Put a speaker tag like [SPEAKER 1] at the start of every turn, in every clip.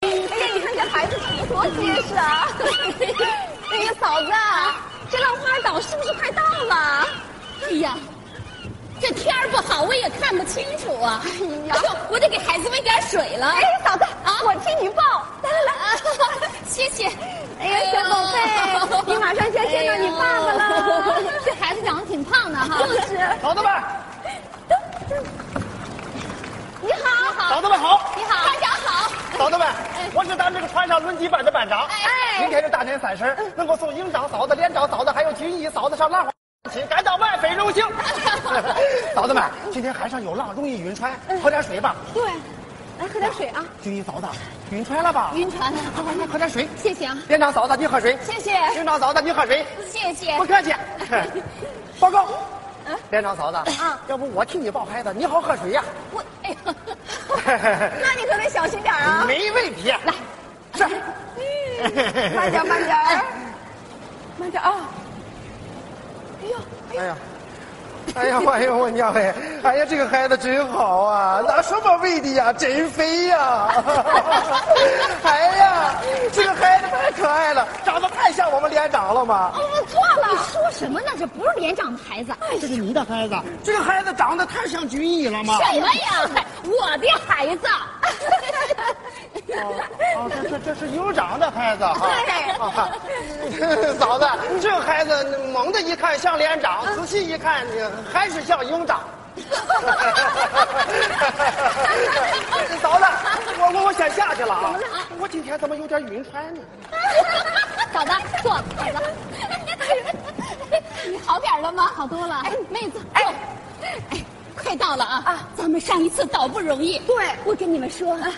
[SPEAKER 1] 哎这孩子怎么多结实啊！那个嫂子，这浪花岛是不是快到了？
[SPEAKER 2] 哎呀，这天儿不好，我也看不清楚啊。
[SPEAKER 1] 哎呀
[SPEAKER 2] 哎呦，我得给孩子喂点水了。
[SPEAKER 1] 哎，嫂子啊，我替你抱，来来来。
[SPEAKER 2] 啊， 谢谢。哎
[SPEAKER 1] 哎呀，小宝贝，你马上就要见到你爸爸了。
[SPEAKER 2] 哎呦这孩子长得挺胖的哈。
[SPEAKER 1] 就是，
[SPEAKER 3] 嫂子们，
[SPEAKER 2] 你好，好，
[SPEAKER 3] 嫂子们好，
[SPEAKER 2] 你好，大家好。
[SPEAKER 3] 嫂子们，我是咱们这个船上轮机班的班长。今天这大年三十，能够送营长嫂子、连长嫂子还有军医嫂子上浪花去，感到万分荣幸。嫂子们，今天海上有浪，容易晕船，喝点水吧。
[SPEAKER 1] 对，来喝点水啊。
[SPEAKER 3] 军医嫂子，晕船了吧？
[SPEAKER 2] 晕船了，
[SPEAKER 3] 快快快，喝点水。
[SPEAKER 2] 谢谢啊，
[SPEAKER 3] 连长嫂子，您喝水。
[SPEAKER 2] 谢谢，
[SPEAKER 3] 营长嫂子，您喝水。
[SPEAKER 2] 谢谢
[SPEAKER 3] 不。客气。报告，连长嫂子，要不我替你抱孩子，你好喝水呀。
[SPEAKER 2] 我，哎 呦，
[SPEAKER 1] 那你可得小心点儿
[SPEAKER 2] 嗯
[SPEAKER 1] 啊，
[SPEAKER 3] 没问题。来，是。
[SPEAKER 1] 慢点儿慢点儿，慢点儿啊。哎呦，哎呦
[SPEAKER 3] 哎呀，哎呀，哎呦，我娘哎！哎呀，这个孩子真好啊，拿什么喂的呀？真肥 呀！哎呀，这个孩子太可爱了，长得太像我们连长了
[SPEAKER 1] 哦
[SPEAKER 3] 嘛。
[SPEAKER 2] 我错了。你说什么呢？这不是连长的孩子。
[SPEAKER 1] 哎
[SPEAKER 3] 这是你的孩子，这个孩子长得太像军医了嘛。
[SPEAKER 2] 什
[SPEAKER 1] 哎
[SPEAKER 2] 么呀？我的孩 子。哦
[SPEAKER 3] 啊，这这这是营长的孩子 哈
[SPEAKER 1] 对
[SPEAKER 2] 哦
[SPEAKER 3] 啊嫂子，这个孩子猛的一看像连长，仔细一看还是像营 长。嫂子，我我我先下去了啊！我今天怎么有点晕船呢？
[SPEAKER 2] 嫂子，坐，嫂子。你好点了吗？好多了。哎，妹子，哎，哎，快到了啊！啊，咱们上一次倒不容易。
[SPEAKER 1] 对
[SPEAKER 2] 我跟你们说，啊、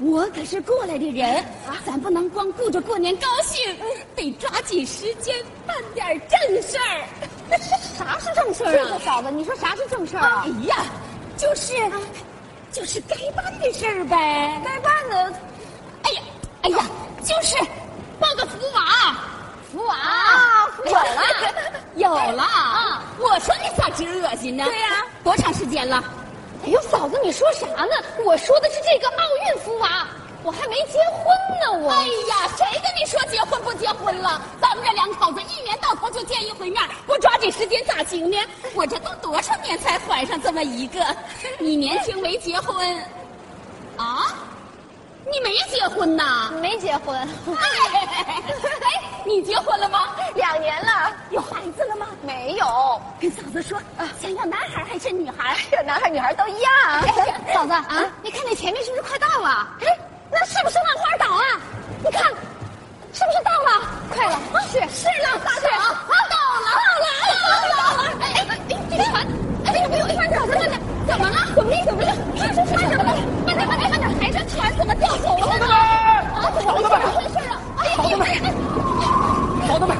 [SPEAKER 2] 我可是过来的人，啊、嗯咱不能光顾着过年高兴，得抓紧时间办点正事儿。
[SPEAKER 1] 啥是正 事儿啊？嫂子，你说啥是正事儿
[SPEAKER 2] 哎？呀，啊就是，就是该办的事儿呗。
[SPEAKER 1] 该办的
[SPEAKER 2] 哎呀，哎呀，就是抱个福娃，福娃
[SPEAKER 1] 啊福娃
[SPEAKER 2] 有了，有了啊！我说你咋直恶心呢？
[SPEAKER 1] 对呀
[SPEAKER 2] 多长时间了？哎呦，嫂子，你说啥呢？我说的是这个奥运福娃，我还没结婚呢，我。哎呀，谁跟你说结婚不结婚了？咱们这两口子一年到头就见一回面，不抓紧时间咋行呢？我这都多少年才怀上这么一个，你年轻没结婚， 啊？你没结婚呐？
[SPEAKER 1] 没结婚，
[SPEAKER 2] 哎，哎你结婚了吗？
[SPEAKER 1] 两年了，
[SPEAKER 2] 有孩子了吗？
[SPEAKER 1] 没有。
[SPEAKER 2] 跟嫂子说，想要男孩还是女孩？
[SPEAKER 1] 这男孩女孩都一样。
[SPEAKER 2] 嫂子啊，你看那前面是不是快到了？哎，那是不是浪花岛啊？你看，是不是到了？快了，是是浪花岛啊，到了，到了，到了，到了！哎哎，这个船，哎呦哎呦，慢点，慢点，怎么了？怎么了？怎么了？这船怎么了？慢点，慢点，慢点，还是船怎么掉头了呢？啊，怎么回事啊？哎呀，哎呀！
[SPEAKER 3] 嫂子们，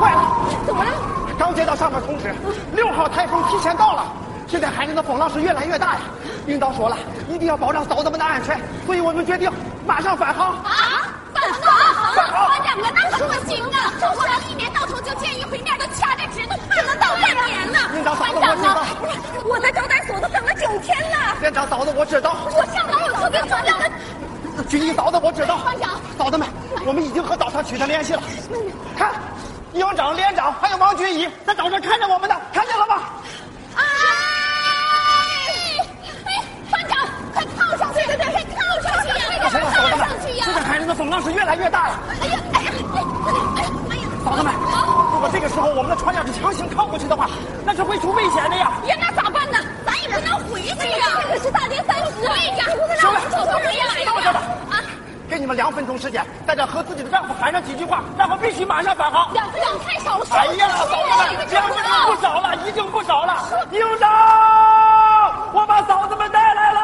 [SPEAKER 3] 坏了！
[SPEAKER 2] 怎么了？
[SPEAKER 3] 刚接到上面通知，六号台风提前到了。现在海上的风浪是越来越大呀。领导说了，一定要保障嫂子们的安全，所以我们决定马上返航。
[SPEAKER 2] 啊！反航！我两个那可不行啊！我们一年到头就见一回面的掐着指头盼了大半年了。
[SPEAKER 3] 领导嫂子
[SPEAKER 2] 班长啊，不
[SPEAKER 3] 我
[SPEAKER 2] 是我在招待所都等了九天了，
[SPEAKER 3] 连长嫂子，我知道。
[SPEAKER 2] 我上来有特别重要的，
[SPEAKER 3] 军医嫂子，我知道。
[SPEAKER 2] 班长
[SPEAKER 3] 嫂子们，我们已经和岛上取得联系了。看，营长、连长还有王军医在岛上看着我们呢，看见了吗？
[SPEAKER 2] 哎，哎，班长，快靠上去！对对对，靠上去呀！快
[SPEAKER 3] 行
[SPEAKER 2] 点靠
[SPEAKER 3] 了，嫂子们
[SPEAKER 2] 上去，呀
[SPEAKER 3] 现！在海上的风浪是越来越大了。
[SPEAKER 2] 哎呀，哎呀，哎，快点，哎呀，哎呀！
[SPEAKER 3] 嫂子们，如果这个时候我们的船要是强行靠过去的话，那是会出危险的呀。
[SPEAKER 2] 呀，那咋办呢？咱也不能回去呀、这可是大年三十，哎呀，
[SPEAKER 3] 行了
[SPEAKER 2] 走回来
[SPEAKER 3] 到这吧
[SPEAKER 2] 啊，
[SPEAKER 3] 给你们两分钟时间，在这和自己的丈夫喊上几句话，然后必须马上返航。
[SPEAKER 2] 两分钟太少了。
[SPEAKER 3] 哎呀，嫂子们，两分钟不少了，已经不少了。营长，我把嫂子们带来了，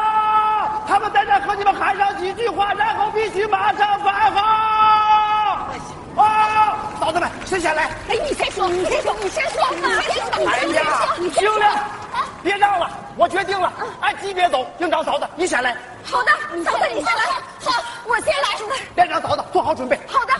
[SPEAKER 3] 他们在这和你们喊上几句话，然后必须马上返航。啊，嫂子们，谁先来？
[SPEAKER 2] 哎，你先说，你先说，你先说，你先说，
[SPEAKER 3] 哎呀，
[SPEAKER 2] 你先
[SPEAKER 3] 行
[SPEAKER 2] 说。
[SPEAKER 3] 了，别让了，我决定了，按级别走。营长嫂子，你先来。
[SPEAKER 2] 好的，嫂子你先来。好，我先来。
[SPEAKER 3] 连长嫂子，做好准备。
[SPEAKER 2] 好的。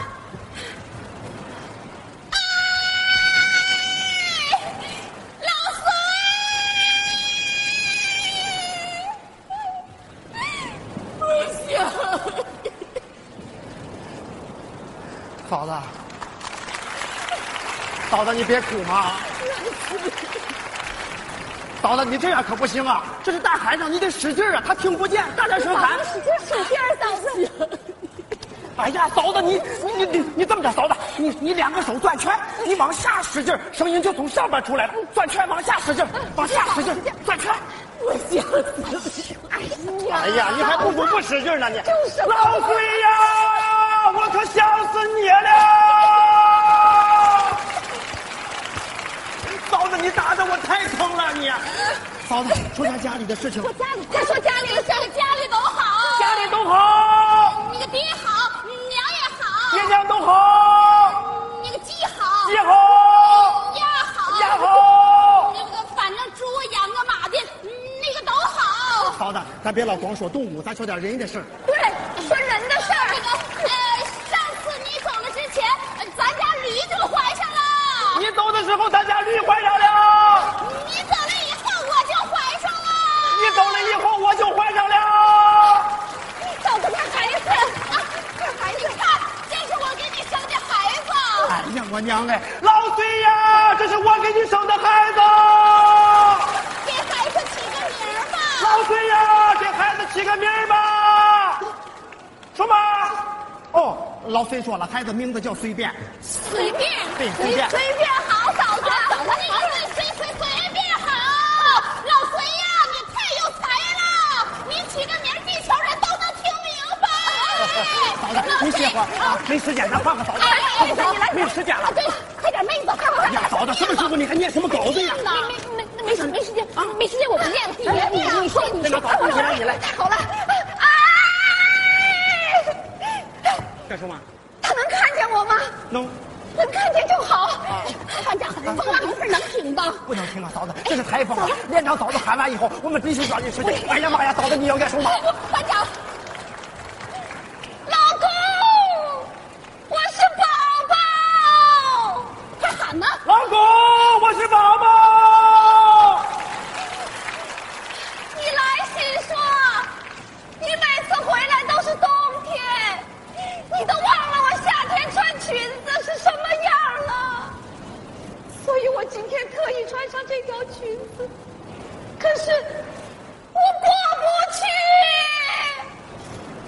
[SPEAKER 2] 老孙，不行，
[SPEAKER 3] 嫂子，嫂子你别哭嘛。嫂子，你这样可不行啊！这是大海上，你得使劲儿啊，他听不见，大点声喊。
[SPEAKER 1] 使劲使劲儿，嫂子。
[SPEAKER 3] 哎呀，嫂子，你你你你这么着，嫂子，你你两个手转圈，你往下使劲儿，声音就从上边出来了。转圈，往下使劲儿，往下使劲儿，转圈。
[SPEAKER 1] 不行，哎呀，
[SPEAKER 3] 哎呀，你还不如不使劲儿呢，你。
[SPEAKER 1] 就是
[SPEAKER 3] 老崔呀，我可想死你了！嫂子，你打的我太疼了，你。嫂子，说下家里的事情。
[SPEAKER 2] 家里快说家里了，家里家里都好，
[SPEAKER 3] 家里都好，
[SPEAKER 2] 你个爹好，娘也好，
[SPEAKER 3] 爹娘都好，
[SPEAKER 2] 那个鸡好，
[SPEAKER 3] 鸡好，
[SPEAKER 2] 鸭好，
[SPEAKER 3] 鸭，好。
[SPEAKER 2] 那个反正猪羊啊马的，嗯那个都好。
[SPEAKER 3] 嫂子，咱别老光说动物，咱说点人的事儿。
[SPEAKER 2] 对，说人的事儿。那个，呃，上次你走了之前，呃咱家驴就怀上了。
[SPEAKER 3] 你走的时候，咱家驴怀上了；
[SPEAKER 2] 你走了以后，我就怀上了。
[SPEAKER 3] 你走了以后，我就怀上了。
[SPEAKER 2] 你找个孩子啊，这孩子，你看，这是我给你生的孩子。
[SPEAKER 3] 哎呀，我娘哎，老崔呀，这是我给你生的孩子。
[SPEAKER 2] 给孩子起个名儿吧。
[SPEAKER 3] 老崔呀，给孩子起个名儿吧。什么？哦，老崔说了，孩子名字叫随便。
[SPEAKER 2] 随便，
[SPEAKER 3] 对随便
[SPEAKER 2] 随便好，嫂子，你随随随随便好，老隋呀，你太有才了，你起个名儿，地球人都能听明白。
[SPEAKER 3] 嫂子，你歇会儿啊，没时间，咱换个嫂子。
[SPEAKER 2] 哎，嫂子，
[SPEAKER 3] 没时间了
[SPEAKER 2] 啊，。对，快点，妹子，快快
[SPEAKER 3] 哎呀，嫂子，什么时候你还念什么狗子呀？
[SPEAKER 2] 没没没没没时间啊，没时间，我不念了。你你你说你
[SPEAKER 3] 那
[SPEAKER 2] 说，
[SPEAKER 3] 个嫂子，你来，你来，
[SPEAKER 2] 太好了，
[SPEAKER 3] 干什么？
[SPEAKER 2] 他能看见我吗？
[SPEAKER 3] 能。
[SPEAKER 2] 能看见就好。班长，风浪一会儿能停吧？
[SPEAKER 3] 不能听啊，嫂子，这是台风啊！连长嫂子喊完以后，我们必须抓紧时间。哎呀妈呀，嫂子，你要干什么？
[SPEAKER 2] 班长，老公，我是宝宝，快喊呐！
[SPEAKER 3] 老公，我是宝宝。
[SPEAKER 2] 你来信说，你每次回来都是冬天，你都忘了我夏天穿裙子是什么样了，所以我今天特意穿上这条裙子，可是我过不去。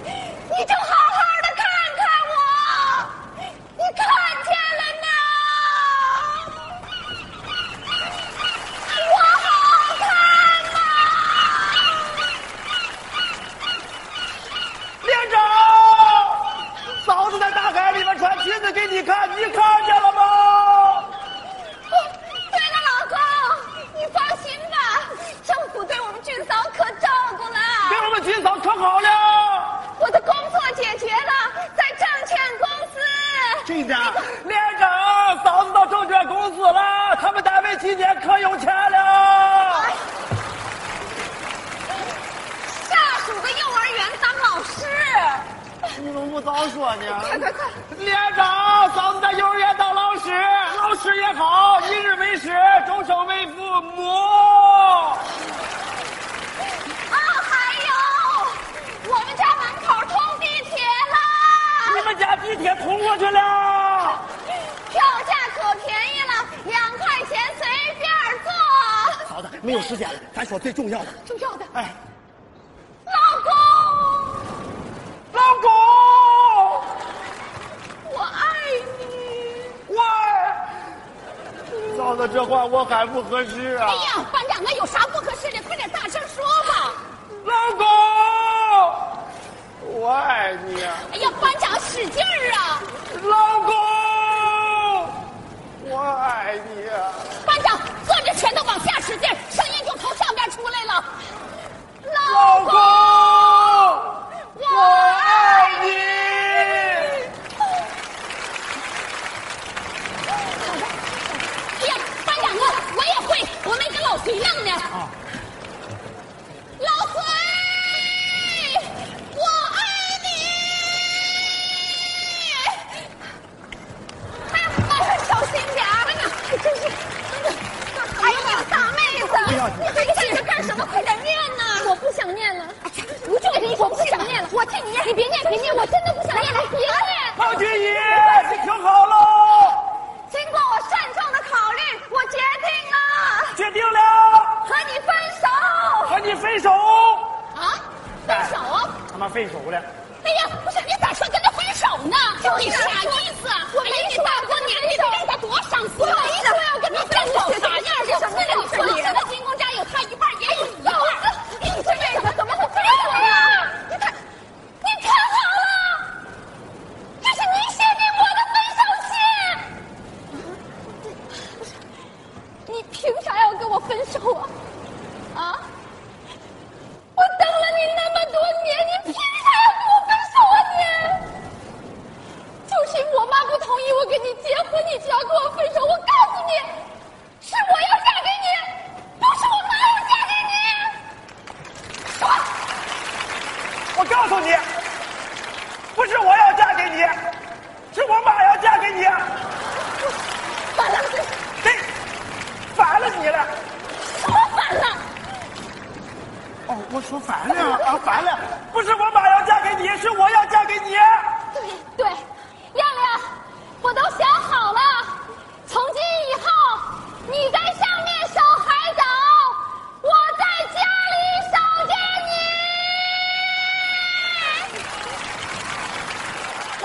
[SPEAKER 2] 你就好好的看看我，你看见了吗？我好看吗？
[SPEAKER 3] 连长，嫂子在大海里面穿裙子给你看，你看见了吗？
[SPEAKER 2] 对了，老公，你放心吧，政府对我们俊嫂可照顾
[SPEAKER 3] 给
[SPEAKER 2] 了，
[SPEAKER 3] 我们军嫂可好了。
[SPEAKER 2] 我的工作解决了，在证券公司。
[SPEAKER 3] 队长，连长，嫂子到证券公司了，他们单位今年可有钱了。
[SPEAKER 2] 下属的幼儿园当老师。
[SPEAKER 3] 你怎么不早说呢？
[SPEAKER 2] 快快快！
[SPEAKER 3] 连长，嫂子在幼儿园当老师，老师也好，一日为师，终生为父母。
[SPEAKER 2] 啊，还有，我们家门口通地铁
[SPEAKER 3] 你
[SPEAKER 2] 了，
[SPEAKER 3] 们家地铁通过去了，
[SPEAKER 2] 票价可便宜了，两块钱随便坐。
[SPEAKER 3] 嫂子没有时间了，咱说最重要的。
[SPEAKER 2] 重要的，
[SPEAKER 3] 哎，
[SPEAKER 2] 老公，
[SPEAKER 3] 老公，
[SPEAKER 2] 我爱你。
[SPEAKER 3] 我嫂子这话我喊不合适啊
[SPEAKER 2] 哎呀，班长啊，有啥不合适的，快点大声说吧！
[SPEAKER 3] 老公，我爱你啊，
[SPEAKER 2] 哎呀，班长使劲儿啊！
[SPEAKER 3] 老公，我爱你啊。
[SPEAKER 2] 班长攥着拳头往下使劲儿，声音就从上边出来了。
[SPEAKER 3] 老
[SPEAKER 2] 老
[SPEAKER 3] 公，
[SPEAKER 2] 公，
[SPEAKER 3] 我爱你。
[SPEAKER 2] 哎呀，班长啊，我也会，我没跟老隋弄呢。老隋，我爱你。哎呀，班长小心点儿！班长，哎真是，真的。哎呀，大妹子，你还站着干什么？快点念呐！我不想念了，不就哎我不想念了，我替你念，你别念，别念，我真的不想念了，别念。
[SPEAKER 3] 胖俊一，你听费手了。
[SPEAKER 1] 啊哎呀，不是你咋说跟他分手呢？你啥意思？啊？我没你大过年的，你让他多伤心啊！你说要跟他分手啥样的？我跟你哎说，你的金公家有他一半，也有一半。你这辈子怎么会分手呢？你太，你太好了！这是你写给我的分手信。你凭啥要跟我分手啊？啊？我等了你那么多年，你凭啥要跟我分手啊你？就是我妈不同意我跟你结婚，你就要跟我分手。我告诉你，是我要嫁给你，不是我妈要嫁给你。
[SPEAKER 3] 我告诉你，不是我要嫁给你，是我妈要嫁给你。
[SPEAKER 1] 反了，
[SPEAKER 3] 这烦了你了。
[SPEAKER 1] 说反了，
[SPEAKER 3] 哦，我说烦了啊，烦了。不是我妈要嫁给你，是我要嫁给你。
[SPEAKER 1] 对对，亮亮，我都想好了，从今以后你在上面守海岛，我在家里守着你。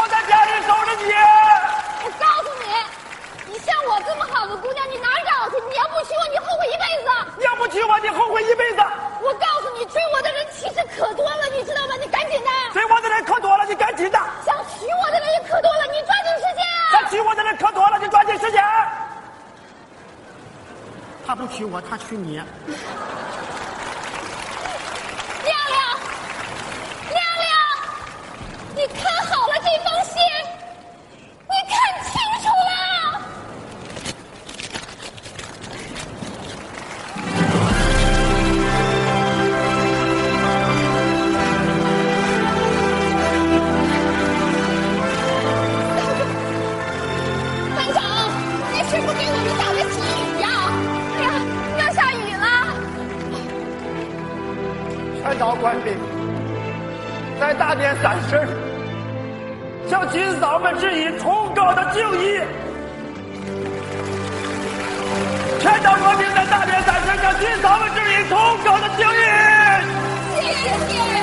[SPEAKER 3] 我在家里守着你。
[SPEAKER 1] 我告诉你，你像我这么好的姑娘，你哪儿找去？你要不娶我，你后悔一辈子。
[SPEAKER 3] 你要不娶我，你后悔一辈子。
[SPEAKER 1] 我告诉你，追我的人其实可多了，你知道吗？你赶紧的，
[SPEAKER 3] 追我的人可多了，你赶紧的。
[SPEAKER 1] 想娶我的人也可多了，你抓紧时间啊！
[SPEAKER 3] 想娶我的人可多了，你抓紧时间。他不娶我，他娶你。
[SPEAKER 1] 亮亮，亮亮，你看好了这封信，你看清楚了。 班长，那是不是给我们打了旗雨呀？哎呀，要下雨了。
[SPEAKER 3] 全岛官兵在大年三十儿向军嫂们致以崇高的敬意。全岛官兵在大年三十儿向军嫂们致以崇高的敬意。
[SPEAKER 1] 谢谢。